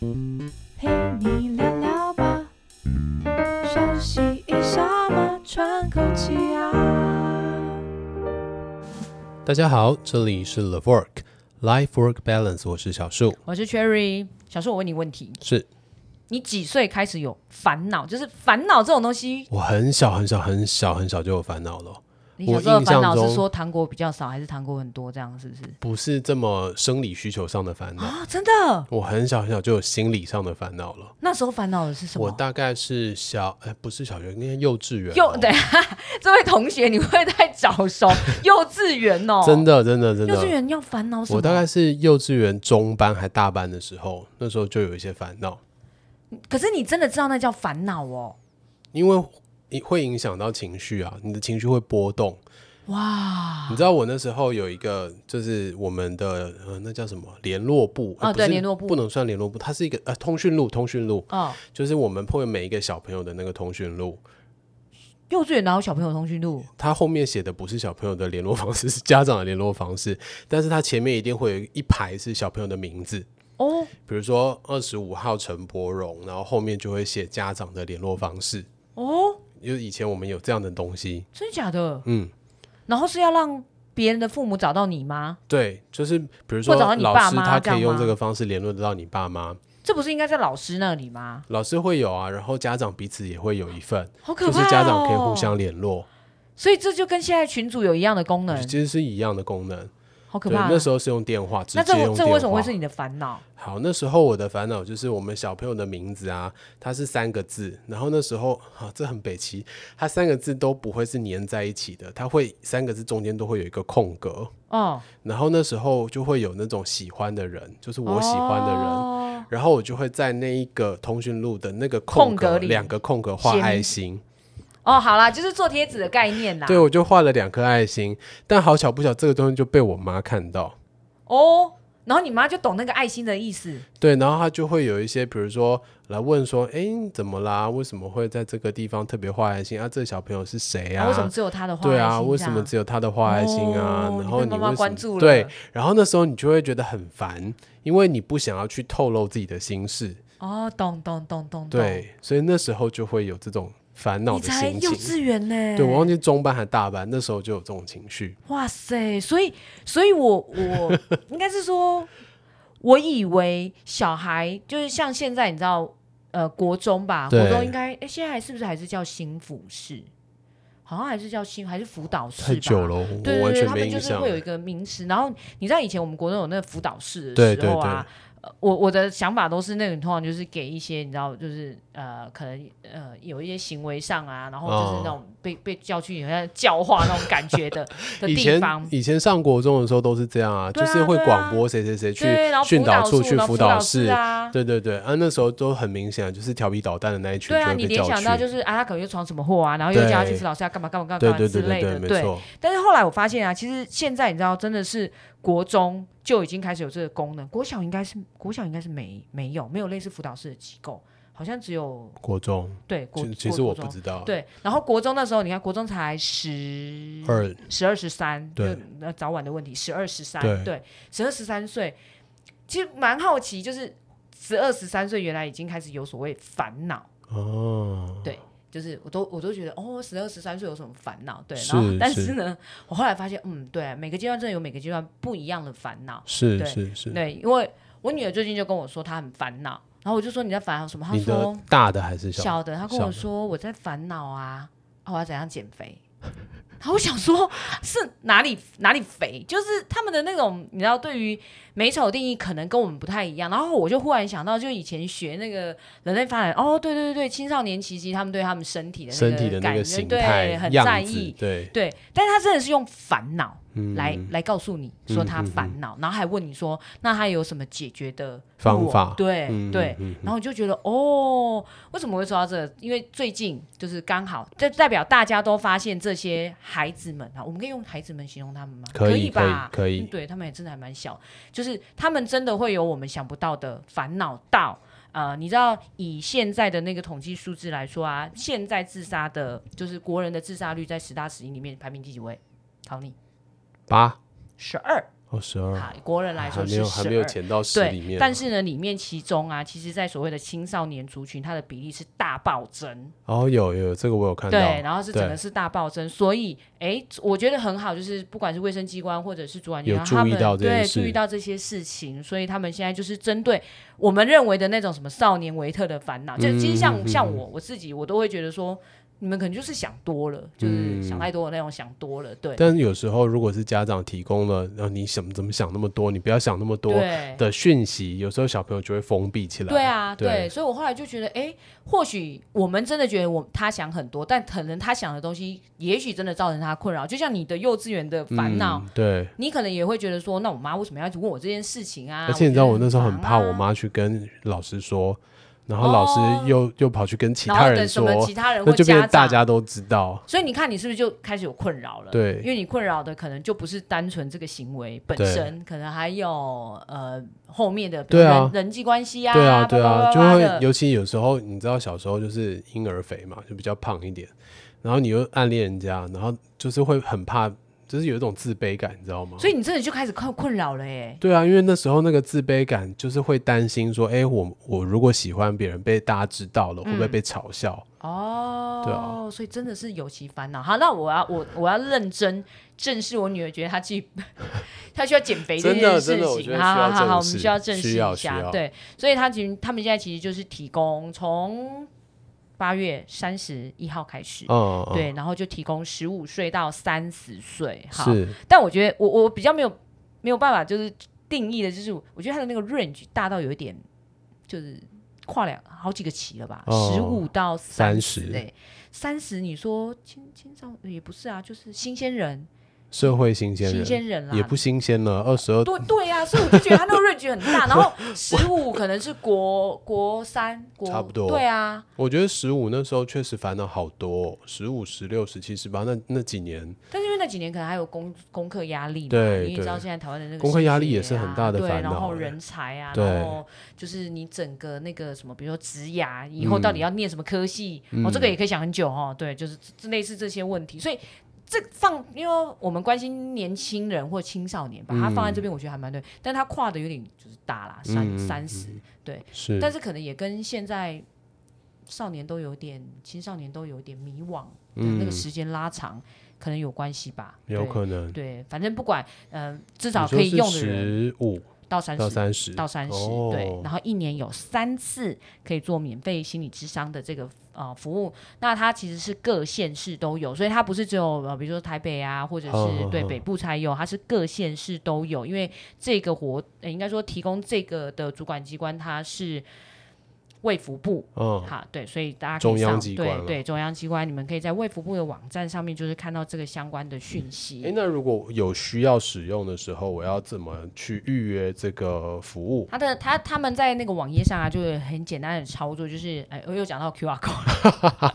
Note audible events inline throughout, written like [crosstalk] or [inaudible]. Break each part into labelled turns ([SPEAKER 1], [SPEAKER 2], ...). [SPEAKER 1] 陪你聊聊吧，休息一下嘛，喘口气啊。
[SPEAKER 2] 大家好，这里是 The Work Life Work Balance，我是小树，
[SPEAKER 3] 我是 Cherry。小树，我问你问题：
[SPEAKER 2] 是
[SPEAKER 3] 你几岁开始有烦恼？就是烦恼这种东西，
[SPEAKER 2] 我很小很小很小很小就有烦恼了，
[SPEAKER 3] 你小时候的烦恼
[SPEAKER 2] 我印象
[SPEAKER 3] 是
[SPEAKER 2] 中
[SPEAKER 3] 说糖果比较少，还是糖果很多？这样是不是？
[SPEAKER 2] 不是这么生理需求上的烦恼，
[SPEAKER 3] 啊，真的？
[SPEAKER 2] 我很小很小就有心理上的烦恼了。
[SPEAKER 3] 那时候烦恼的是什
[SPEAKER 2] 我
[SPEAKER 3] 么？
[SPEAKER 2] 大概是小，哎，不是小学，应该幼稚园哦、
[SPEAKER 3] 幼对， [laughs] 这位同学，你会太
[SPEAKER 2] [laughs]
[SPEAKER 3] 早熟，幼稚园哦，
[SPEAKER 2] 真，的真的真
[SPEAKER 3] 幼稚
[SPEAKER 2] 的，
[SPEAKER 3] 园要烦恼什么？
[SPEAKER 2] 我大概是幼稚园中班还大班的时候，那时候就有一些烦恼，
[SPEAKER 3] 可是你真的知道那叫烦恼哦，
[SPEAKER 2] 因为你会影响到情绪啊，你的情绪会波动。
[SPEAKER 3] 哇！
[SPEAKER 2] 你知道我那时候有一个，就是我们的呃，那叫什么联络部？呃
[SPEAKER 3] 啊
[SPEAKER 2] 不是
[SPEAKER 3] 对联络部
[SPEAKER 2] 不能算联络部，它是一个呃通讯录，通讯录
[SPEAKER 3] 哦，
[SPEAKER 2] 就是我们会每一个小朋友的那个通讯录。
[SPEAKER 3] 幼稚园哪有小朋友通讯录？
[SPEAKER 2] 它后面写的不是小朋友的联络方式， [laughs] 是家长的联络方式，但是它前面一定会有一排是小朋友的名字，
[SPEAKER 3] 哦，
[SPEAKER 2] 比如说二十五号陈柏荣，然后后面就会写家长的联络方式。
[SPEAKER 3] 哦，
[SPEAKER 2] 就是以前我们有这样的东西，
[SPEAKER 3] 真的假的？
[SPEAKER 2] 嗯，
[SPEAKER 3] 然后是要让别人的父母找到你吗？
[SPEAKER 2] 对，就是比如说
[SPEAKER 3] 或找到你
[SPEAKER 2] 老
[SPEAKER 3] 爸
[SPEAKER 2] 师
[SPEAKER 3] 妈
[SPEAKER 2] 他
[SPEAKER 3] 这
[SPEAKER 2] 可以
[SPEAKER 3] 样
[SPEAKER 2] 用
[SPEAKER 3] 吗
[SPEAKER 2] 这个方式联络得到你爸妈。
[SPEAKER 3] 这不是应该在老师那里吗？
[SPEAKER 2] 老师会有啊，然后家长彼此也会有一份，
[SPEAKER 3] 好可
[SPEAKER 2] 就
[SPEAKER 3] 怕、
[SPEAKER 2] 是
[SPEAKER 3] 哦！
[SPEAKER 2] 家长可以互，相联络，
[SPEAKER 3] 所以这就跟现在群组有一样的功能，
[SPEAKER 2] 其实是一样的功能。
[SPEAKER 3] 好可
[SPEAKER 2] 对，
[SPEAKER 3] 怕。
[SPEAKER 2] 那时候是用电话，直
[SPEAKER 3] 那
[SPEAKER 2] 接
[SPEAKER 3] 这
[SPEAKER 2] 用电话。
[SPEAKER 3] 这为什么会是你的烦恼？
[SPEAKER 2] 好，那时候我的烦恼就是我们小朋友的名字啊，它是三个字，然后那时候 [laughs] 啊，这很北齐，它三个字都不会是粘在一起的，它会三个字中间都会有一个空格，
[SPEAKER 3] 哦，
[SPEAKER 2] 然后那时候就会有那种喜欢的人，就是我喜欢的人，
[SPEAKER 3] 哦
[SPEAKER 2] 然后我就会在那一个通讯录的那个
[SPEAKER 3] 空
[SPEAKER 2] 格
[SPEAKER 3] 格里
[SPEAKER 2] 两个空格画
[SPEAKER 3] 写
[SPEAKER 2] 爱
[SPEAKER 3] 名
[SPEAKER 2] 心，
[SPEAKER 3] 哦，好啦，就是做贴纸的概念啦。
[SPEAKER 2] 对我就画了两颗爱心，但好巧不巧，这个东西就被我妈看到。
[SPEAKER 3] 哦，然后你妈就懂那个爱心的意思。
[SPEAKER 2] 对，然后她就会有一些，比如说来问说，哎，你怎么啦？为什么会在这个地方特别画爱心啊？这个小朋友是谁呀、
[SPEAKER 3] 啊为什么只有她的话？
[SPEAKER 2] 对啊，为什么只有他的画爱心啊？
[SPEAKER 3] 哦
[SPEAKER 2] 然后
[SPEAKER 3] 你
[SPEAKER 2] 你
[SPEAKER 3] 被妈妈
[SPEAKER 2] 为什
[SPEAKER 3] 关
[SPEAKER 2] 么
[SPEAKER 3] 注了
[SPEAKER 2] 对，然后那时候你就会觉得很烦，因为你不想要去透露自己的心事，
[SPEAKER 3] 哦，懂懂懂懂懂。，
[SPEAKER 2] 对，所以那时候就会有这种烦恼
[SPEAKER 3] 你
[SPEAKER 2] 的
[SPEAKER 3] 才
[SPEAKER 2] 心
[SPEAKER 3] 幼稚
[SPEAKER 2] 情。
[SPEAKER 3] 园呢。
[SPEAKER 2] 对，我忘记中班还大班，那时候就有这种情绪。
[SPEAKER 3] 哇塞！所以，所以我我 [laughs] 应该是说，我以为小孩就是像现在，你知道，呃，国中吧，
[SPEAKER 2] 对
[SPEAKER 3] 国中应该，哎、现在还是不是还是叫新辅室？好像还是叫新，还是辅导室吧？
[SPEAKER 2] 太久了，我
[SPEAKER 3] 对
[SPEAKER 2] 我
[SPEAKER 3] 对
[SPEAKER 2] 完
[SPEAKER 3] 对，
[SPEAKER 2] 全
[SPEAKER 3] 他
[SPEAKER 2] 没欸
[SPEAKER 3] 们就
[SPEAKER 2] 印
[SPEAKER 3] 是
[SPEAKER 2] 象
[SPEAKER 3] 会。有一个名词。然后你知道以前我们国中有那个辅导室
[SPEAKER 2] 对
[SPEAKER 3] 的时候啊，呃我我的想法都是那种通常就是给一些你知道就是呃可能呃有一些行为上啊，然后就是
[SPEAKER 2] 哦
[SPEAKER 3] 那种被、被叫去好像教化那种感
[SPEAKER 2] [laughs]
[SPEAKER 3] 觉的的
[SPEAKER 2] 以
[SPEAKER 3] 地
[SPEAKER 2] 前
[SPEAKER 3] 方。
[SPEAKER 2] 以前上国中的时候都是这样啊，
[SPEAKER 3] 对
[SPEAKER 2] 就
[SPEAKER 3] 啊
[SPEAKER 2] 是会
[SPEAKER 3] 对啊
[SPEAKER 2] 广播谁谁谁去
[SPEAKER 3] 对，然后
[SPEAKER 2] 训
[SPEAKER 3] 辅
[SPEAKER 2] 导
[SPEAKER 3] 导
[SPEAKER 2] 处去
[SPEAKER 3] 然后
[SPEAKER 2] 辅
[SPEAKER 3] 辅
[SPEAKER 2] 导
[SPEAKER 3] 室
[SPEAKER 2] 室。
[SPEAKER 3] 啊。
[SPEAKER 2] 对对对，啊，那时候都很明显啊，就是调皮捣蛋的那一群
[SPEAKER 3] 对
[SPEAKER 2] 就
[SPEAKER 3] 啊，
[SPEAKER 2] 会
[SPEAKER 3] 你
[SPEAKER 2] 被
[SPEAKER 3] 联
[SPEAKER 2] 叫
[SPEAKER 3] 想
[SPEAKER 2] 去。
[SPEAKER 3] 到就是啊，他可能又闯什么祸啊，然后又叫他去
[SPEAKER 2] 对
[SPEAKER 3] 辅导室要干嘛干嘛干嘛
[SPEAKER 2] 对
[SPEAKER 3] 干嘛
[SPEAKER 2] 对
[SPEAKER 3] 之
[SPEAKER 2] 对
[SPEAKER 3] 类
[SPEAKER 2] 对对，
[SPEAKER 3] 的，
[SPEAKER 2] 没
[SPEAKER 3] 对。
[SPEAKER 2] 错，
[SPEAKER 3] 但是后来我发现啊，其实现在你知道，真的是国中就已经开始有这个功能，国小应该是国小应该是没没有没有类似辅导室的机构，好像只有
[SPEAKER 2] 国中。
[SPEAKER 3] 对国
[SPEAKER 2] 其其
[SPEAKER 3] 国
[SPEAKER 2] 实我
[SPEAKER 3] 国
[SPEAKER 2] 不
[SPEAKER 3] 中
[SPEAKER 2] 知道，
[SPEAKER 3] 对，然后国中那时候，你看国中才十
[SPEAKER 2] 二
[SPEAKER 3] 十二十三，
[SPEAKER 2] 对
[SPEAKER 3] 就那早晚的问题，十二十三
[SPEAKER 2] 对，
[SPEAKER 3] 对，十二十三岁，其实蛮好奇，就是十二十三岁原来已经开始有所谓烦恼，
[SPEAKER 2] 哦，
[SPEAKER 3] 就是我都我都觉得哦，十二十三岁有什么烦恼？对，
[SPEAKER 2] 是
[SPEAKER 3] 然后但
[SPEAKER 2] 是
[SPEAKER 3] 是呢，我后来发现，嗯，对，每个阶段真的有每个阶段不一样的烦恼，
[SPEAKER 2] 是
[SPEAKER 3] 对
[SPEAKER 2] 是是，
[SPEAKER 3] 对，因为我女儿最近就跟我说她很烦恼，然后我就说你在烦恼什么？她
[SPEAKER 2] 你的
[SPEAKER 3] 说
[SPEAKER 2] 大的还是小的？
[SPEAKER 3] 小的，她跟
[SPEAKER 2] 小
[SPEAKER 3] 我
[SPEAKER 2] 的
[SPEAKER 3] 说我在烦恼啊，啊我要怎样减肥？ [laughs] 然后我想说，是哪里哪里肥？就是他们的那种，你知道，对于美丑的定义可能跟我们不太一样。然后我就忽然想到，就以前学那个人类发展，哦，对对对对，青少年时期他们对他们身体的
[SPEAKER 2] 身体的那
[SPEAKER 3] 感
[SPEAKER 2] 个
[SPEAKER 3] 觉，
[SPEAKER 2] 形
[SPEAKER 3] 对，
[SPEAKER 2] 态
[SPEAKER 3] 很在
[SPEAKER 2] 样子
[SPEAKER 3] 意，，
[SPEAKER 2] 对，
[SPEAKER 3] 对。但是他真的是用烦恼，
[SPEAKER 2] 嗯
[SPEAKER 3] 来来告诉你说他
[SPEAKER 2] 嗯嗯嗯
[SPEAKER 3] 烦恼，然后还问你说那他有什么解决的
[SPEAKER 2] 方
[SPEAKER 3] 路
[SPEAKER 2] 法
[SPEAKER 3] 对、
[SPEAKER 2] 嗯
[SPEAKER 3] 对，然后我就觉得哦，为什么会说到这个因为最近就是刚好，这代表大家都发现这些孩子们啊，我们可以用孩子们形容他们吗？
[SPEAKER 2] 可以
[SPEAKER 3] 以吧？
[SPEAKER 2] 可以可以
[SPEAKER 3] 嗯对他们也真的还蛮小，就是他们真的会有我们想不到的烦恼到。呃，你知道以现在的那个统计数字来说啊，现在自杀的，就是国人的自杀率在十大死因里面排名第几位？考你
[SPEAKER 2] 八
[SPEAKER 3] 十二。
[SPEAKER 2] 哦，十二，
[SPEAKER 3] 好，国人来
[SPEAKER 2] 还
[SPEAKER 3] 说
[SPEAKER 2] 没
[SPEAKER 3] 是
[SPEAKER 2] 有还没有
[SPEAKER 3] 12
[SPEAKER 2] 潜到十里
[SPEAKER 3] 对
[SPEAKER 2] 面，，啊
[SPEAKER 3] 但是呢，里面其中啊，其实在所谓的青少年族群，它的比例是大暴增，
[SPEAKER 2] 哦，有有这个我有看到，
[SPEAKER 3] 对，然后是整个
[SPEAKER 2] 对
[SPEAKER 3] 是大暴增，所以哎，我觉得很好，就是不管是卫生机关或者是主管机
[SPEAKER 2] 有
[SPEAKER 3] 关，
[SPEAKER 2] 注
[SPEAKER 3] 他
[SPEAKER 2] 意
[SPEAKER 3] 们
[SPEAKER 2] 到这件
[SPEAKER 3] 对
[SPEAKER 2] 事
[SPEAKER 3] 注意到这些事情，所以他们现在就是针对我们认为的那种什么少年维特的烦恼，就其实像、
[SPEAKER 2] 嗯嗯
[SPEAKER 3] 像
[SPEAKER 2] 嗯
[SPEAKER 3] 我我自己，我都会觉得说，你们可能就是想多了，就是想
[SPEAKER 2] 嗯
[SPEAKER 3] 太多的那种想多了，对
[SPEAKER 2] 但有时候如果是家长提供了，然后你想怎么想那么多，你不要想那么多
[SPEAKER 3] 对。
[SPEAKER 2] 的讯息，有时候小朋友就会封闭起来。
[SPEAKER 3] 对啊，对，
[SPEAKER 2] 对
[SPEAKER 3] 所以我后来就觉得，哎，或许我们真的觉得我他想很多，但可能他想的东西，也许真的造成他困扰。就像你的幼稚园的
[SPEAKER 2] 嗯，
[SPEAKER 3] 烦恼，
[SPEAKER 2] 对。
[SPEAKER 3] 你可能也会觉得说，那我妈为什么要一直问我这件事情啊？
[SPEAKER 2] 而且你知道我那时候很
[SPEAKER 3] 觉得
[SPEAKER 2] 怕
[SPEAKER 3] 烦啊
[SPEAKER 2] 我，妈去跟老师说，然后老师又又跑去跟其
[SPEAKER 3] 啊哦然后
[SPEAKER 2] 他
[SPEAKER 3] 等
[SPEAKER 2] 人
[SPEAKER 3] 什
[SPEAKER 2] 说，
[SPEAKER 3] 么其他人
[SPEAKER 2] 那
[SPEAKER 3] 或
[SPEAKER 2] 就变
[SPEAKER 3] 家
[SPEAKER 2] 成大
[SPEAKER 3] 长，
[SPEAKER 2] 家都知道。
[SPEAKER 3] 所以你看你是不是就开始有困扰了？，
[SPEAKER 2] 对
[SPEAKER 3] 因，为你困扰的可能就不是单纯这个行为本
[SPEAKER 2] 对
[SPEAKER 3] 身，可能还有呃后面的比如
[SPEAKER 2] 对啊
[SPEAKER 3] 人人际关系啊，
[SPEAKER 2] 对啊，
[SPEAKER 3] 叭
[SPEAKER 2] 对
[SPEAKER 3] 叭叭
[SPEAKER 2] 啊，就
[SPEAKER 3] 叭
[SPEAKER 2] 会
[SPEAKER 3] 的
[SPEAKER 2] 尤其有时候，你知道小时候就是婴儿肥嘛，就比较胖一点，然后你又暗恋人家，然后就是会很怕，就是有一种自卑感，你知道吗？
[SPEAKER 3] 所以你真的就开始困困扰了耶。
[SPEAKER 2] 对啊，因为那时候那个自卑感就是会担心说，哎、我我如果喜欢别人被大家知道了，会不
[SPEAKER 3] 嗯
[SPEAKER 2] 会被嘲笑？
[SPEAKER 3] 哦，
[SPEAKER 2] 对啊
[SPEAKER 3] 所以真的是有其烦恼。好，那我要我我要认真正视我女儿，觉得她自己 [laughs] 她需要减肥这
[SPEAKER 2] 真的
[SPEAKER 3] 件事
[SPEAKER 2] 真的我觉
[SPEAKER 3] 情。
[SPEAKER 2] 得
[SPEAKER 3] 好
[SPEAKER 2] 需要
[SPEAKER 3] 好好好，我
[SPEAKER 2] 正
[SPEAKER 3] 们
[SPEAKER 2] 视
[SPEAKER 3] 需要正视
[SPEAKER 2] 需要
[SPEAKER 3] 一下
[SPEAKER 2] 需。要
[SPEAKER 3] 对，所以她其实他们现在其实就是提供从八月三十一号开始。
[SPEAKER 2] 嗯，嗯
[SPEAKER 3] 对，然后就提供十五岁到三十岁，好，
[SPEAKER 2] 嗯是
[SPEAKER 3] 但我觉得我我比较没有没有办法，就是定义的，就是我觉得他的那个 range 大到有一点，就是跨两好几个期了吧，
[SPEAKER 2] 哦
[SPEAKER 3] 十五、到三十
[SPEAKER 2] 30
[SPEAKER 3] 哎，三十你说青青少也不是啊，就是新鲜人，
[SPEAKER 2] 社会新鲜
[SPEAKER 3] 新
[SPEAKER 2] 人，
[SPEAKER 3] 鲜人啦，
[SPEAKER 2] 也不新鲜了，二十二，
[SPEAKER 3] 对对啊，所以我就觉得他那个 range 很
[SPEAKER 2] [laughs]
[SPEAKER 3] 大，然后十五可能是国国三国
[SPEAKER 2] 差不多
[SPEAKER 3] 对啊，
[SPEAKER 2] 我觉得十五那时候确实烦恼好多、哦，十五、十六、十七、十八，那那几年，
[SPEAKER 3] 但是因为那几年可能还有功功课压力嘛，
[SPEAKER 2] 对
[SPEAKER 3] 因为你知道
[SPEAKER 2] 对
[SPEAKER 3] 现在台湾的那个
[SPEAKER 2] 功课压力
[SPEAKER 3] 升学
[SPEAKER 2] 也是很大的
[SPEAKER 3] 啊对，
[SPEAKER 2] 烦恼
[SPEAKER 3] 然后
[SPEAKER 2] 欸
[SPEAKER 3] 人才啊，
[SPEAKER 2] 对
[SPEAKER 3] 然后就是你整个那个什么，比如说职涯，以后到底要念什么科系，
[SPEAKER 2] 嗯
[SPEAKER 3] 哦，这个也可以想很久哦，对，就是这类似这些问题，所以。这放，因为我们关心年轻人或青少年，
[SPEAKER 2] 嗯
[SPEAKER 3] 把它放在这边，我觉得还蛮对。但它跨的有点就是大啦，三
[SPEAKER 2] 嗯嗯
[SPEAKER 3] 三十、
[SPEAKER 2] 是
[SPEAKER 3] 但是可能也跟现在少年都有点，青少年都有点迷惘，嗯、那个时间拉长可能有关系吧。
[SPEAKER 2] 有
[SPEAKER 3] 对
[SPEAKER 2] 可能。
[SPEAKER 3] 对，反正不管，呃，至
[SPEAKER 2] 你
[SPEAKER 3] 少
[SPEAKER 2] 说
[SPEAKER 3] 可以
[SPEAKER 2] 是
[SPEAKER 3] 用的人
[SPEAKER 2] 十五
[SPEAKER 3] 到三
[SPEAKER 2] 到
[SPEAKER 3] 十。
[SPEAKER 2] 三十，
[SPEAKER 3] 到三十、
[SPEAKER 2] 哦
[SPEAKER 3] 对，然后一年有三次可以做免费心理智商的这个呃服务。那它其实是各县市都有，所以它不是只有呃比如说台北啊，或者是
[SPEAKER 2] 好好
[SPEAKER 3] 对
[SPEAKER 2] 好
[SPEAKER 3] 北部才有，它是各县市都有。因为这个活、呃应该说提供这个的主管机关它是卫福部，
[SPEAKER 2] 嗯，
[SPEAKER 3] 好，对，所以大家可
[SPEAKER 2] 中
[SPEAKER 3] 以
[SPEAKER 2] 央
[SPEAKER 3] 上
[SPEAKER 2] 机关
[SPEAKER 3] 对
[SPEAKER 2] 了
[SPEAKER 3] 对中央机关，你们可以在卫福部的网站上面就是看到这个相关的讯
[SPEAKER 2] 诶，
[SPEAKER 3] 息。
[SPEAKER 2] 那如果有需要使用的时候，我要怎么去预约这个服务？
[SPEAKER 3] 他的他他们在那个网页上啊，就是很简单的操作，就是哎，我又讲到
[SPEAKER 2] [laughs]
[SPEAKER 3] QR code，QR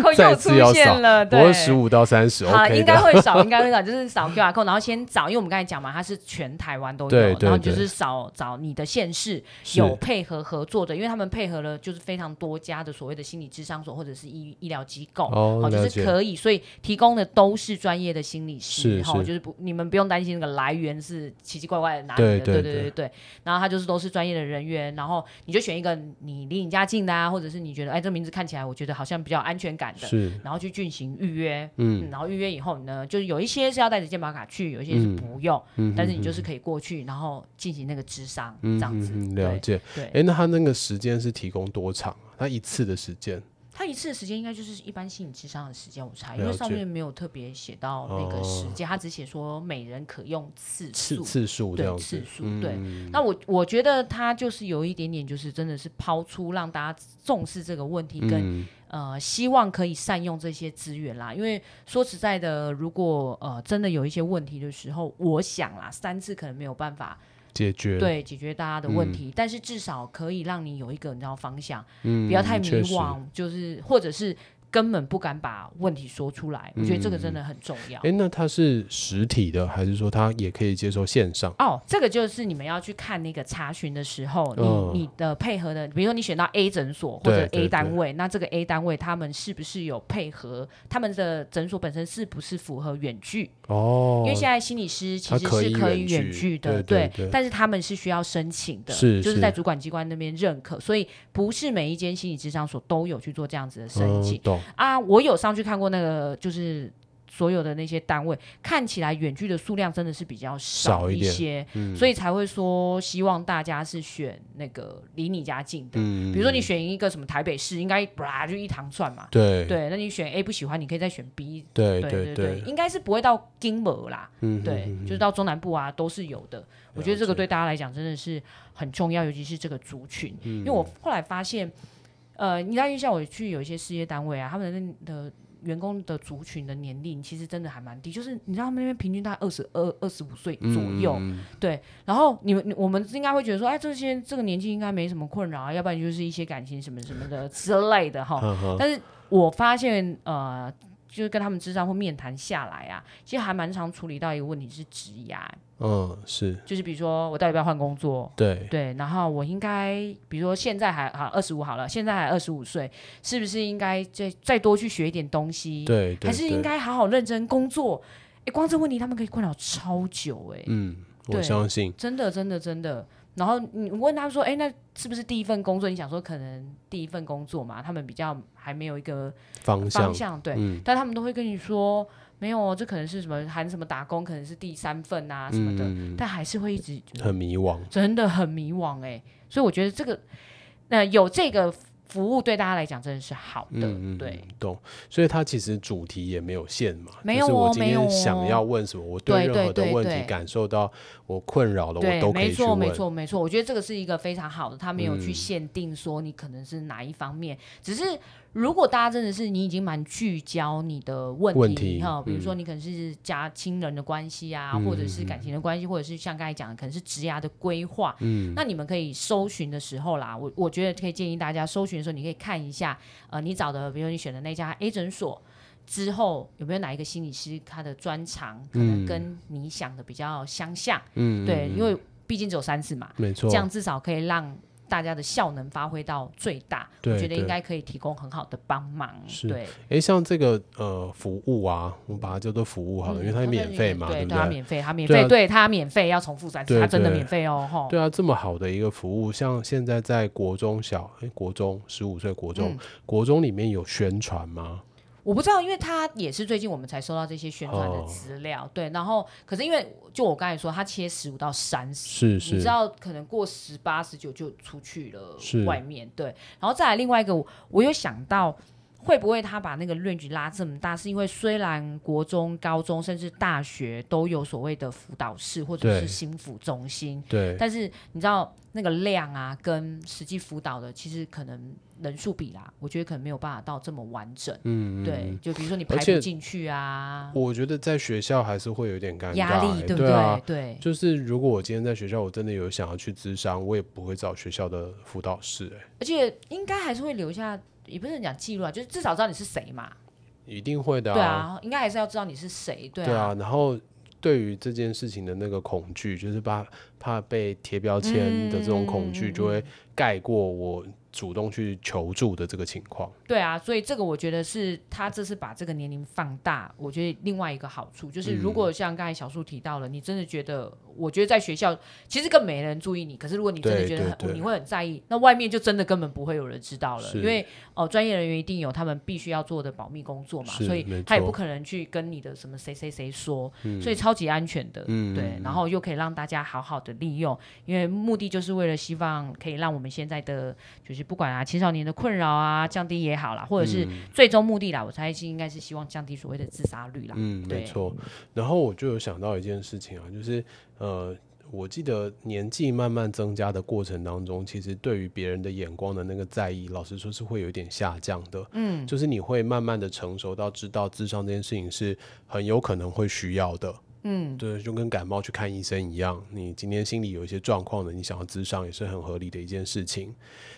[SPEAKER 3] code
[SPEAKER 2] 再
[SPEAKER 3] 又
[SPEAKER 2] 次要扫
[SPEAKER 3] 出现了，
[SPEAKER 2] 不会
[SPEAKER 3] 对，
[SPEAKER 2] 十五到三十
[SPEAKER 3] 好，
[SPEAKER 2] ，OK
[SPEAKER 3] 应该
[SPEAKER 2] 的。
[SPEAKER 3] 会扫，应该会扫，就是扫 QR code，然后先找，因为我们刚才讲嘛，它是全台湾都有，
[SPEAKER 2] 对对
[SPEAKER 3] 然后你就
[SPEAKER 2] 对
[SPEAKER 3] 是扫找你的县市
[SPEAKER 2] 是
[SPEAKER 3] 有配合合作的，因为他们配合了就是非常多家的所谓的心理智商所或者是医医疗机构，
[SPEAKER 2] 哦
[SPEAKER 3] 就
[SPEAKER 2] 了
[SPEAKER 3] 是
[SPEAKER 2] 解
[SPEAKER 3] 可以，所以提供的都是专业的心理师，
[SPEAKER 2] 是
[SPEAKER 3] 哈、
[SPEAKER 2] 是
[SPEAKER 3] 就是不你们不用担心那个来源是奇奇怪怪的哪里的，
[SPEAKER 2] 对对
[SPEAKER 3] 对对
[SPEAKER 2] 对
[SPEAKER 3] 对。然后他就是都是专业的人员，然后你就选一个你离你家近的啊，或者是你觉得哎这名字看起来我觉得好像比较有安全感的，
[SPEAKER 2] 是，
[SPEAKER 3] 然后去进行预约，嗯，
[SPEAKER 2] 嗯
[SPEAKER 3] 然后预约以后呢，就是有一些是要带着健保卡去，有一些是不用，
[SPEAKER 2] 嗯
[SPEAKER 3] 但是你就是可以过去，然后进行那个智商，
[SPEAKER 2] 嗯
[SPEAKER 3] 这样子，
[SPEAKER 2] 嗯嗯了解。
[SPEAKER 3] 对。
[SPEAKER 2] 诶，那他那个时间是提供多长啊？他一次的时间
[SPEAKER 3] 他一次的时间应该就是一般心理智商的时间，我猜，
[SPEAKER 2] 了解哦
[SPEAKER 3] 因为上面没有特别写到那个时间，他只写说每人可用次
[SPEAKER 2] 次
[SPEAKER 3] 数。
[SPEAKER 2] 次数这
[SPEAKER 3] 对
[SPEAKER 2] 样
[SPEAKER 3] 次
[SPEAKER 2] 子？嗯
[SPEAKER 3] 数，对。那我我觉得他就是有一点点，就是真的是抛出让大家重视这个问题，跟
[SPEAKER 2] 嗯，
[SPEAKER 3] 呃，希望可以善用这些资源啦。因为说实在的，如果呃真的有一些问题的时候，我想啦，三次可能没有办法
[SPEAKER 2] 解决
[SPEAKER 3] 对解决大家的问题，但是至少可以让你有一个你知道方向，
[SPEAKER 2] 嗯
[SPEAKER 3] 不要太迷
[SPEAKER 2] 确实
[SPEAKER 3] 惘，就是或者是。根本不敢把问题说出来。
[SPEAKER 2] 嗯
[SPEAKER 3] 我觉得这个真的很重要。
[SPEAKER 2] 哎，那它是实体的，还是说它也可以接受线上？
[SPEAKER 3] 哦，这个就是你们要去看那个查询的时候，你、
[SPEAKER 2] 嗯
[SPEAKER 3] 你的配合的，比如说你选到 A 诊所或者
[SPEAKER 2] 对对
[SPEAKER 3] A 单位，那这个 A 单位他们是不是有配合他们的诊所本身是不是符合远距？
[SPEAKER 2] 哦
[SPEAKER 3] 因为现在心理师其
[SPEAKER 2] 它
[SPEAKER 3] 实
[SPEAKER 2] 可
[SPEAKER 3] 是
[SPEAKER 2] 以
[SPEAKER 3] 可
[SPEAKER 2] 远
[SPEAKER 3] 以
[SPEAKER 2] 距
[SPEAKER 3] 远距的，
[SPEAKER 2] 对对对
[SPEAKER 3] 但是他们是需要申请的，
[SPEAKER 2] 是
[SPEAKER 3] 就是
[SPEAKER 2] 是
[SPEAKER 3] 在主管机关那边认可，所以不是每一间心理咨商所都有去做这样子的申请
[SPEAKER 2] 嗯、。懂
[SPEAKER 3] 啊，我有上去看过那个，就是所有的那些单位，看起来远距的数量真的是比较
[SPEAKER 2] 少一
[SPEAKER 3] 一
[SPEAKER 2] 点
[SPEAKER 3] 些，
[SPEAKER 2] 嗯
[SPEAKER 3] 所以才会说希望大家是选那个离你家近的。
[SPEAKER 2] 嗯
[SPEAKER 3] 比如说你选一个什么台北市，应该啪就一堂算嘛。
[SPEAKER 2] 对
[SPEAKER 3] 对，那你选 A 不喜欢，你可以再选 B。
[SPEAKER 2] 对
[SPEAKER 3] 对
[SPEAKER 2] 对
[SPEAKER 3] 对，应该是不会到金门啦，
[SPEAKER 2] 嗯
[SPEAKER 3] 对，
[SPEAKER 2] 嗯嗯
[SPEAKER 3] 就是到中南部啊都是有的。我觉得这个
[SPEAKER 2] 解
[SPEAKER 3] 对大家来讲真的是很重要，尤其是这个族群，因为
[SPEAKER 2] 嗯
[SPEAKER 3] 我后来发现，呃，你看像我去有一些事业单位啊，他们的的员工的族群的年龄其实真的还蛮低，就是你知道他们那边平均大概二十二、二十五岁左右，
[SPEAKER 2] 嗯
[SPEAKER 3] 对。然后你们你我们应该会觉得说，哎，这些这个年纪应该没什么困扰啊，要不然就是一些感情什么什么的之类的哈。
[SPEAKER 2] 嗯哼
[SPEAKER 3] 哦但是我发现，呃，就是跟他们智商或面谈下来啊，其实还蛮常处理到一个问题是职涯，
[SPEAKER 2] 嗯是
[SPEAKER 3] 就是比如说我到底要不要换工作？
[SPEAKER 2] 对
[SPEAKER 3] 对，然后我应该，比如说现在还好二十五好了，现在还二十五岁，是不是应该再再多去学一点东西？
[SPEAKER 2] 对对
[SPEAKER 3] 还是
[SPEAKER 2] 对
[SPEAKER 3] 应该好好认真工作？哎，光这问题他们可以困扰超久哎、
[SPEAKER 2] 嗯，我
[SPEAKER 3] 对
[SPEAKER 2] 相信
[SPEAKER 3] 真的真的真的。然后你问他说，哎，那是不是第一份工作？你想说可能第一份工作嘛，他们比较还没有一个
[SPEAKER 2] 方
[SPEAKER 3] 方
[SPEAKER 2] 向
[SPEAKER 3] 向，对，
[SPEAKER 2] 嗯
[SPEAKER 3] 但他们都会跟你说，没有哦，这可能是什么含什么打工，可能是第三份啊什么的，
[SPEAKER 2] 嗯
[SPEAKER 3] 但还是会一直
[SPEAKER 2] 很迷惘。
[SPEAKER 3] 真的很迷惘哎、所以我觉得这个，那、有这个服务对大家来讲真的是好的，
[SPEAKER 2] 嗯，嗯
[SPEAKER 3] 对，
[SPEAKER 2] 嗯懂。所以它其实主题也没有限嘛，
[SPEAKER 3] 没
[SPEAKER 2] 就是
[SPEAKER 3] 有
[SPEAKER 2] 我
[SPEAKER 3] 哦
[SPEAKER 2] 今
[SPEAKER 3] 没有
[SPEAKER 2] 天想
[SPEAKER 3] 哦
[SPEAKER 2] 要问什么，我
[SPEAKER 3] 对
[SPEAKER 2] 任
[SPEAKER 3] 对
[SPEAKER 2] 何的
[SPEAKER 3] 对
[SPEAKER 2] 问题
[SPEAKER 3] 对
[SPEAKER 2] 感受到我困扰了，我
[SPEAKER 3] 对，
[SPEAKER 2] 都可
[SPEAKER 3] 没
[SPEAKER 2] 以去
[SPEAKER 3] 错，没
[SPEAKER 2] 问。嗯
[SPEAKER 3] 错，没错。我觉得这个是一个非常好的，他没有去限定说你可能是哪一方面，只是如果大家真的是你已经蛮聚焦你的问
[SPEAKER 2] 问题
[SPEAKER 3] 哈，比如说
[SPEAKER 2] 嗯
[SPEAKER 3] 你可能是家亲人的关系啊，
[SPEAKER 2] 嗯
[SPEAKER 3] 或者是感情的关系，或者是像刚才讲的，可能是职涯的规划。嗯，那你们可以搜寻的时候啦，我我觉得可以建议大家搜寻的时候，你可以看一下，呃，你找的，比如你选的那家 A 诊所。之后有没有哪一个心理师他的专长可能
[SPEAKER 2] 嗯
[SPEAKER 3] 跟你想的比较相像？
[SPEAKER 2] 嗯，
[SPEAKER 3] 对，
[SPEAKER 2] 嗯
[SPEAKER 3] 因为毕竟只有三次嘛，
[SPEAKER 2] 没错，
[SPEAKER 3] 这样至少可以让大家的效能发挥到最大。
[SPEAKER 2] 对
[SPEAKER 3] 我觉得应
[SPEAKER 2] 对
[SPEAKER 3] 该可以提供很好的帮忙。
[SPEAKER 2] 是
[SPEAKER 3] 对，
[SPEAKER 2] 诶，像这个呃服务啊，我们把它叫做服务好了，哦因为
[SPEAKER 3] 嗯
[SPEAKER 2] 它
[SPEAKER 3] 它
[SPEAKER 2] 是免
[SPEAKER 3] 真的
[SPEAKER 2] 费嘛，
[SPEAKER 3] 对，
[SPEAKER 2] 不
[SPEAKER 3] 它
[SPEAKER 2] 对？
[SPEAKER 3] 免费，它免
[SPEAKER 2] 对啊
[SPEAKER 3] 费，对它免费，要重复三次，
[SPEAKER 2] 对
[SPEAKER 3] 它真的
[SPEAKER 2] 对
[SPEAKER 3] 免费哦，吼。
[SPEAKER 2] 对啊，这么好的一个服务，像现在在国中小，诶国中十五岁国中，
[SPEAKER 3] 嗯
[SPEAKER 2] 国中里面有宣传吗？
[SPEAKER 3] 我不知道，因为他也是最近我们才收到这些宣传
[SPEAKER 2] 哦
[SPEAKER 3] 的资料，对。然后，可是因为就我刚才说，他切十五到三十，
[SPEAKER 2] 是
[SPEAKER 3] 你
[SPEAKER 2] 是
[SPEAKER 3] 知，道，可能过十八、十九就出去了
[SPEAKER 2] 是
[SPEAKER 3] 外面，对。然后再来另外一个，我我有想到，会不会他把那个 range 拉这么大，是因为虽然国中、高中甚至大学都有所谓的辅导室或者
[SPEAKER 2] 对
[SPEAKER 3] 是心辅中心，
[SPEAKER 2] 对，
[SPEAKER 3] 但是你知道那个量啊，跟实际辅导的其实可能人数比啦，我觉得可能没有办法到这么完整。
[SPEAKER 2] 嗯，嗯
[SPEAKER 3] 对，。就比如说你排
[SPEAKER 2] 而且
[SPEAKER 3] 不进去啊，
[SPEAKER 2] 我觉得在学校还是会有点尴尬、
[SPEAKER 3] 压力
[SPEAKER 2] 诶
[SPEAKER 3] 对不
[SPEAKER 2] 对啊，
[SPEAKER 3] 对，
[SPEAKER 2] 就是如果我今天在学校，我真的有想要去咨商，我也不会找学校的辅导室、欸，
[SPEAKER 3] 而且应该还是会留下，也不是讲记录啊，就是至少知道你是谁嘛。
[SPEAKER 2] 一定会的、
[SPEAKER 3] 对啊，应该还是要知道你是谁，对
[SPEAKER 2] 对
[SPEAKER 3] 啊，
[SPEAKER 2] 啊，然后对于这件事情的那个恐惧，就是怕怕被贴标签的这种恐惧，就会盖过我主动去求助的这个情况。
[SPEAKER 3] 对啊，所以这个我觉得是他这次把这个年龄放大，我觉得另外一个好处就是，如
[SPEAKER 2] 嗯
[SPEAKER 3] 果像刚才小树提到了，你真的觉得，我觉得在学校其实更没人注意你，可是如果你真的
[SPEAKER 2] 对
[SPEAKER 3] 觉得很
[SPEAKER 2] 对对
[SPEAKER 3] 你会很在意，那外面就真的根本不会有人知道了，
[SPEAKER 2] 是
[SPEAKER 3] 因为哦、呃专业人员一定有他们必须要做的保密工作嘛，
[SPEAKER 2] 是
[SPEAKER 3] 所以
[SPEAKER 2] 没
[SPEAKER 3] 他也
[SPEAKER 2] 错
[SPEAKER 3] 不可能去跟你的什么谁谁谁说，所以超级安全的，
[SPEAKER 2] 嗯
[SPEAKER 3] 对，然后又可以让大家好好的利用，因为目的就是为了希望可以让我们现在的就是不管啊青少年的困扰啊降低也好啦，或者是
[SPEAKER 2] 嗯
[SPEAKER 3] 最终目的啦，我猜是应该是希望降低所谓的自杀率啦。
[SPEAKER 2] 嗯，没
[SPEAKER 3] 对
[SPEAKER 2] 错。然后我就有想到一件事情啊，就是呃，我记得年纪慢慢增加的过程当中，其实对于别人的眼光的那个在意，老实说是会有一点下降的。嗯，就是你会慢慢的成熟到知道智商这件事情是很有可能会需要的。
[SPEAKER 3] 嗯，
[SPEAKER 2] 对，就跟感冒去看医生一样，你今天心里有一些状况的，你想要咨商也是很合理的一件事情。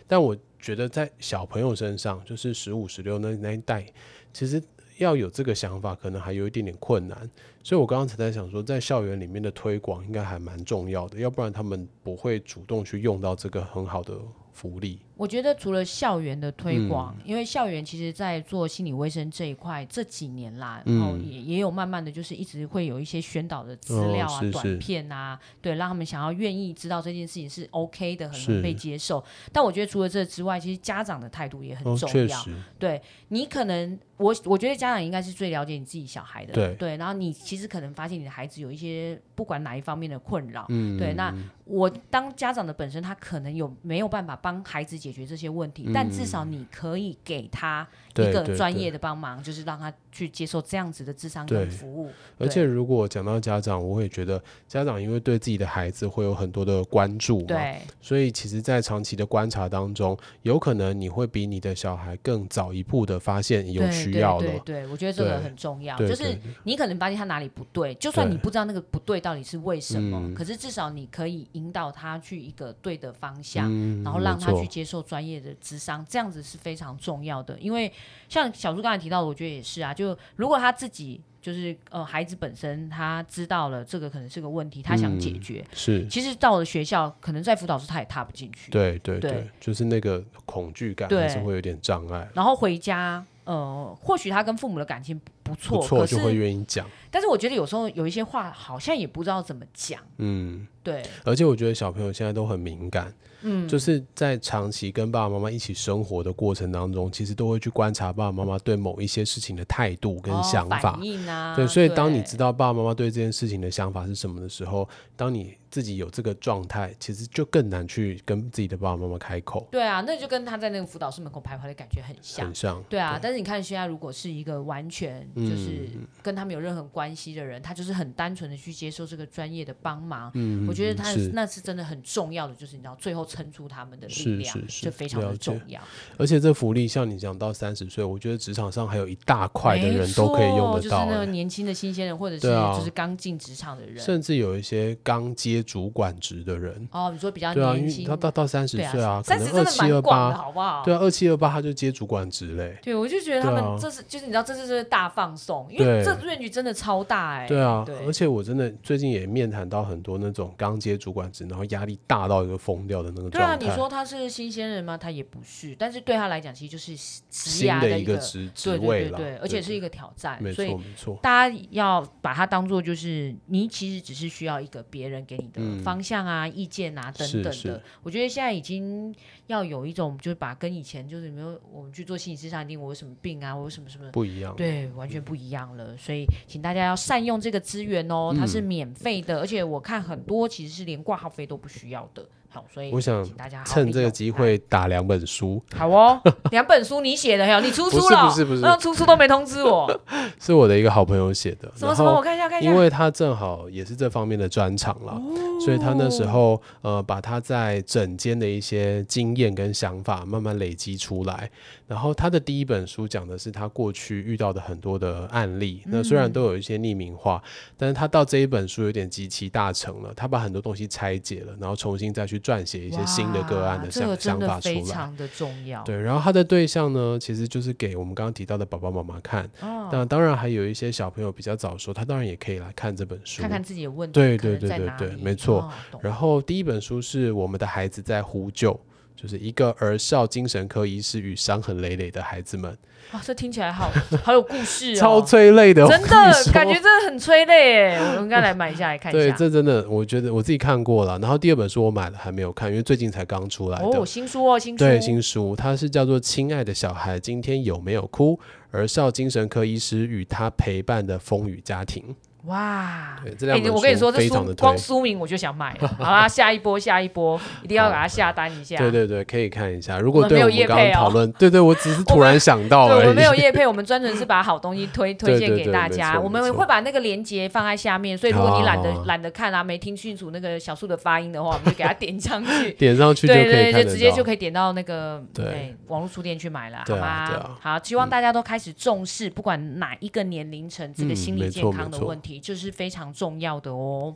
[SPEAKER 2] 但我觉得在小朋友身上，就是十五、十六那那一代，其实要有这个想法，可能还有一点点困难。所以我刚刚才在想说，在校园里面的推广应该还蛮重要的，要不然他们不会主动去用到这个很好的福利。
[SPEAKER 3] 我觉得除了校园的推
[SPEAKER 2] 嗯
[SPEAKER 3] 广，因为校园其实在做心理卫生这一块这几年啦，然后
[SPEAKER 2] 嗯
[SPEAKER 3] 也也有慢慢的就是一直会有一些宣导的资
[SPEAKER 2] 哦
[SPEAKER 3] 料啊、
[SPEAKER 2] 是是
[SPEAKER 3] 短片啊，对，让他们想要愿意知道这件事情是 OK 的，很
[SPEAKER 2] 是
[SPEAKER 3] 能被接受。但我觉得除了这之外，其实家长的态度也很
[SPEAKER 2] 哦，
[SPEAKER 3] 重
[SPEAKER 2] 确
[SPEAKER 3] 要。
[SPEAKER 2] 实，
[SPEAKER 3] 对你可能，我我觉得家长应该是最了解你自己小孩的，
[SPEAKER 2] 对
[SPEAKER 3] 然后你其实可能发现你的孩子有一些不管哪一方面的困扰，
[SPEAKER 2] 嗯，
[SPEAKER 3] 对，那我当家长的本身，他可能有没有办法帮孩子解决这些问题，但至少你可以给他
[SPEAKER 2] 嗯对
[SPEAKER 3] 一个
[SPEAKER 2] 对
[SPEAKER 3] 专
[SPEAKER 2] 对
[SPEAKER 3] 业的帮忙，就是让他去接受这样子的智商跟
[SPEAKER 2] 对
[SPEAKER 3] 服务。
[SPEAKER 2] 而
[SPEAKER 3] 对
[SPEAKER 2] 且如果讲到家长，我会觉得家长因为对自己的孩子会有很多的关注嘛，
[SPEAKER 3] 对，
[SPEAKER 2] 所以其实，在长期的观察当中，有可能你会比你的小孩更早一步的发现有
[SPEAKER 3] 对
[SPEAKER 2] 需
[SPEAKER 3] 对
[SPEAKER 2] 要
[SPEAKER 3] 对
[SPEAKER 2] 了。
[SPEAKER 3] 对，我觉得这个
[SPEAKER 2] 对
[SPEAKER 3] 很重要，
[SPEAKER 2] 对
[SPEAKER 3] 就是
[SPEAKER 2] 对
[SPEAKER 3] 你可能发现他哪里不对，就算
[SPEAKER 2] 对
[SPEAKER 3] 你不知道那个不对到底是为什么，
[SPEAKER 2] 嗯
[SPEAKER 3] 可是至少你可以引导他去一个对的方向，然后
[SPEAKER 2] 嗯没
[SPEAKER 3] 让他
[SPEAKER 2] 错
[SPEAKER 3] 去接受专业的智商，这样子是非常重要的。因为像小猪刚才提到的，我觉得也是啊，就如果他自己。就是呃，孩子本身他知道了这个可能是个问题，他想解
[SPEAKER 2] 嗯
[SPEAKER 3] 决。
[SPEAKER 2] 是，
[SPEAKER 3] 其实到了学校，可能在辅导室他也踏不进去。
[SPEAKER 2] 对对
[SPEAKER 3] 对
[SPEAKER 2] 对，就是那个恐惧感还是
[SPEAKER 3] 对
[SPEAKER 2] 会有点障碍。
[SPEAKER 3] 然后回家，呃，或许他跟父母的感情不错，
[SPEAKER 2] 不错
[SPEAKER 3] 可是
[SPEAKER 2] 就会愿意讲，
[SPEAKER 3] 但是我觉得有时候有一些话好像也不知道怎么讲，
[SPEAKER 2] 嗯，
[SPEAKER 3] 对，
[SPEAKER 2] 而且我觉得小朋友现在都很敏感，
[SPEAKER 3] 嗯，
[SPEAKER 2] 就是在长期跟爸爸妈妈一起生活的过程当中，其实都会去观察爸爸妈妈对某一些事情的态度跟
[SPEAKER 3] 哦
[SPEAKER 2] 想法，
[SPEAKER 3] 反应啊，
[SPEAKER 2] 对，所以当你知道爸爸妈妈对这件事情的想法是什么的时候，当你自己有这个状态，其实就更难去跟自己的爸爸妈妈开口，
[SPEAKER 3] 对啊，那就跟他在那个辅导室门口徘徊的感觉很像
[SPEAKER 2] 很。像。
[SPEAKER 3] 对啊，但是你看，现在如果是一个完全就是
[SPEAKER 2] 嗯
[SPEAKER 3] 跟他们有任何关系的人，他就是很单纯的去接受这个专业的帮忙，
[SPEAKER 2] 嗯，
[SPEAKER 3] 我觉得他
[SPEAKER 2] 是
[SPEAKER 3] 那是真的很重要的，就是你知道最后撑出他们的力
[SPEAKER 2] 是
[SPEAKER 3] 量，
[SPEAKER 2] 是是
[SPEAKER 3] 就非常
[SPEAKER 2] 了
[SPEAKER 3] 的
[SPEAKER 2] 解
[SPEAKER 3] 重要。
[SPEAKER 2] 而且这福利像你讲到三十岁，我觉得职场上还有一大块的
[SPEAKER 3] 没
[SPEAKER 2] 人都可以用
[SPEAKER 3] 错
[SPEAKER 2] 得
[SPEAKER 3] 就是
[SPEAKER 2] 到、
[SPEAKER 3] 那个
[SPEAKER 2] 欸
[SPEAKER 3] 年轻的新鲜人，或者是
[SPEAKER 2] 对啊
[SPEAKER 3] 就是刚进职场的人。
[SPEAKER 2] 甚至有一些刚接主管职的人，
[SPEAKER 3] 哦，你说比较
[SPEAKER 2] 对啊，因
[SPEAKER 3] 年
[SPEAKER 2] 为
[SPEAKER 3] 轻，
[SPEAKER 2] 他到到三十
[SPEAKER 3] 对啊
[SPEAKER 2] 岁啊，可
[SPEAKER 3] 三十
[SPEAKER 2] 能
[SPEAKER 3] 真
[SPEAKER 2] 二
[SPEAKER 3] 的
[SPEAKER 2] 七二
[SPEAKER 3] 蛮广的，
[SPEAKER 2] 八，
[SPEAKER 3] 好不好？
[SPEAKER 2] 对啊，二七二八他就接主管职嘞、
[SPEAKER 3] 对，我就觉得他
[SPEAKER 2] 对啊
[SPEAKER 3] 们这是、就是你知道这就是大放送，因
[SPEAKER 2] 对
[SPEAKER 3] 为这 range 真的超大哎、
[SPEAKER 2] 对啊，
[SPEAKER 3] 对
[SPEAKER 2] 而且我真的最近也面谈到很多那种刚接主管职，然后压力大到一个疯掉的那个
[SPEAKER 3] 对
[SPEAKER 2] 状
[SPEAKER 3] 啊，
[SPEAKER 2] 态。
[SPEAKER 3] 你说他是新鲜人吗？他也不是，但是对他来讲，其实就是职
[SPEAKER 2] 新
[SPEAKER 3] 涯
[SPEAKER 2] 的
[SPEAKER 3] 一
[SPEAKER 2] 个
[SPEAKER 3] 个
[SPEAKER 2] 职职
[SPEAKER 3] 对
[SPEAKER 2] 位
[SPEAKER 3] 对对
[SPEAKER 2] 啦，
[SPEAKER 3] 对，而且是一个挑战，
[SPEAKER 2] 没
[SPEAKER 3] 所
[SPEAKER 2] 错
[SPEAKER 3] 以
[SPEAKER 2] 没错，
[SPEAKER 3] 大家要把它当做就是你其实只是需要一个别人给你的方向啊、意见啊等
[SPEAKER 2] 嗯是
[SPEAKER 3] 等的。
[SPEAKER 2] 是
[SPEAKER 3] 我觉得现在已经要有一种就是把跟以前就是没有我们去做心理咨询，一定我有什么病啊，我有什么什么
[SPEAKER 2] 不一样。
[SPEAKER 3] 对，完
[SPEAKER 2] 嗯
[SPEAKER 3] 全不一样了。所以，请大家要善用这个资源哦，它
[SPEAKER 2] 嗯
[SPEAKER 3] 是免费的，而且我看很多其实是连挂号费都不需要的。好，所以
[SPEAKER 2] 我想
[SPEAKER 3] 请大啊家好哎好
[SPEAKER 2] 趁
[SPEAKER 3] 利
[SPEAKER 2] 这个
[SPEAKER 3] 用
[SPEAKER 2] 机，会打两本书，
[SPEAKER 3] 哎好哦，两本书你写的哟，你出
[SPEAKER 2] 不
[SPEAKER 3] 书
[SPEAKER 2] 是
[SPEAKER 3] 了哦？
[SPEAKER 2] 不是不是
[SPEAKER 3] 那出书都没通
[SPEAKER 2] [laughs]
[SPEAKER 3] 知我，
[SPEAKER 2] 是我的一个好朋友写的。
[SPEAKER 3] 什么
[SPEAKER 2] 然
[SPEAKER 3] 什么，我
[SPEAKER 2] 后，
[SPEAKER 3] 看一下看一下。
[SPEAKER 2] 因为他正好也是这方面的专长啦，
[SPEAKER 3] 哦
[SPEAKER 2] 所以他那时候呃，把他在整间的一些经验跟想法慢慢累积出来。然后他的第一本书讲的是他过去遇到的很多的案例，
[SPEAKER 3] 嗯
[SPEAKER 2] 那虽然都有一些匿名化，但是他到这一本书有点集其大成了，他把很多东西拆解了，然后重新再去撰写一些新的个案
[SPEAKER 3] 哇
[SPEAKER 2] 的
[SPEAKER 3] 这
[SPEAKER 2] 想、
[SPEAKER 3] 个真
[SPEAKER 2] 想
[SPEAKER 3] 的
[SPEAKER 2] 法出
[SPEAKER 3] 非
[SPEAKER 2] 来。
[SPEAKER 3] 常的重要。
[SPEAKER 2] 对，然后他的对象呢，其实就是给我们刚刚提到的爸爸妈妈看。
[SPEAKER 3] 哦，
[SPEAKER 2] 那当然还有一些小朋友比较早熟，他当然也可以来看这本书。
[SPEAKER 3] 看看自己的问题
[SPEAKER 2] 对
[SPEAKER 3] 可能
[SPEAKER 2] 对对
[SPEAKER 3] 在
[SPEAKER 2] 对
[SPEAKER 3] 哪
[SPEAKER 2] 对
[SPEAKER 3] 里
[SPEAKER 2] 没错。
[SPEAKER 3] 哦懂
[SPEAKER 2] 然后第一本书是我们的孩子在呼救，就是一个儿少精神科医师与伤痕累累的孩子们，
[SPEAKER 3] 哇，这听起来好好有故事哦，
[SPEAKER 2] 超催泪的，我
[SPEAKER 3] 真
[SPEAKER 2] 跟你
[SPEAKER 3] 的
[SPEAKER 2] 说
[SPEAKER 3] 感觉真的很催泪哎，我应该来买一下来看
[SPEAKER 2] [laughs]
[SPEAKER 3] 一
[SPEAKER 2] 对，
[SPEAKER 3] 下。
[SPEAKER 2] 这真的，我觉得我自己看过了。然后第二本书我买了，还没有看，因为最近才刚出来的。
[SPEAKER 3] 哦，新书哦，新书，
[SPEAKER 2] 对，新书，它是叫做《亲爱的小孩，今天有没有哭？儿少精神科医师与他陪伴的风雨家庭》。
[SPEAKER 3] 哇！
[SPEAKER 2] 对，这两
[SPEAKER 3] 哎
[SPEAKER 2] 本
[SPEAKER 3] 我跟你说，
[SPEAKER 2] 书
[SPEAKER 3] 这
[SPEAKER 2] 非常
[SPEAKER 3] 书
[SPEAKER 2] 的推
[SPEAKER 3] 光。书名我就想买了。 [laughs] 好啦，下一波，下一波，一定要给他下单一下。
[SPEAKER 2] 对对对，可以看一下。如
[SPEAKER 3] 我
[SPEAKER 2] 果
[SPEAKER 3] 们
[SPEAKER 2] 对
[SPEAKER 3] 没有
[SPEAKER 2] 我们
[SPEAKER 3] 业
[SPEAKER 2] 刚
[SPEAKER 3] 配
[SPEAKER 2] 刚讨
[SPEAKER 3] 哦
[SPEAKER 2] 论，对对，我只
[SPEAKER 3] [laughs]
[SPEAKER 2] 是突
[SPEAKER 3] 我们
[SPEAKER 2] 然想到
[SPEAKER 3] 对，我
[SPEAKER 2] 而
[SPEAKER 3] 们
[SPEAKER 2] 已。
[SPEAKER 3] 没有业配，我们专门是把好东西推
[SPEAKER 2] [laughs]
[SPEAKER 3] 推荐
[SPEAKER 2] 对
[SPEAKER 3] 给
[SPEAKER 2] 对
[SPEAKER 3] 大
[SPEAKER 2] 没
[SPEAKER 3] 家。
[SPEAKER 2] 错
[SPEAKER 3] 我
[SPEAKER 2] 没
[SPEAKER 3] 们
[SPEAKER 2] 错
[SPEAKER 3] 会把那个链接放在下面，所以如果你懒得、
[SPEAKER 2] 哦。
[SPEAKER 3] 懒得看啊，没听清楚那个小树的发音的话，我们就给他点上去
[SPEAKER 2] 点上 [laughs] 去就可以
[SPEAKER 3] 对
[SPEAKER 2] 看
[SPEAKER 3] 对
[SPEAKER 2] 得
[SPEAKER 3] 对，就直接
[SPEAKER 2] 到
[SPEAKER 3] 就可以点到那个
[SPEAKER 2] 对
[SPEAKER 3] 哎网络书店去买了，
[SPEAKER 2] 对
[SPEAKER 3] 好
[SPEAKER 2] 啊
[SPEAKER 3] 吗？
[SPEAKER 2] 对啊
[SPEAKER 3] 好，希望大家都开始重视，不管哪一个年龄层，这个
[SPEAKER 2] 嗯
[SPEAKER 3] 心
[SPEAKER 2] 没
[SPEAKER 3] 理
[SPEAKER 2] 错
[SPEAKER 3] 健康
[SPEAKER 2] 没
[SPEAKER 3] 的
[SPEAKER 2] 错
[SPEAKER 3] 问题，题就是非常重要的哦。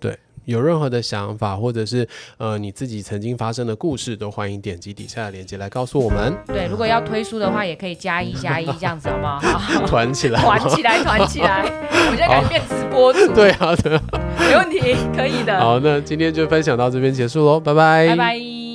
[SPEAKER 2] 有任何的想法，或者是呃你自己曾经发生的故事，都欢迎点击底下的链接来告诉我们，
[SPEAKER 3] 对，如果要推书的话，也可以加一加一这样子，好
[SPEAKER 2] [laughs]
[SPEAKER 3] 不好？好
[SPEAKER 2] 团起来。
[SPEAKER 3] 团起来，团起来！我现在感觉变直播主，
[SPEAKER 2] [laughs] 对，啊，对啊。
[SPEAKER 3] 没问题，可以的。
[SPEAKER 2] 好，那今天就分享到这边结束喽，拜拜，
[SPEAKER 3] 拜拜。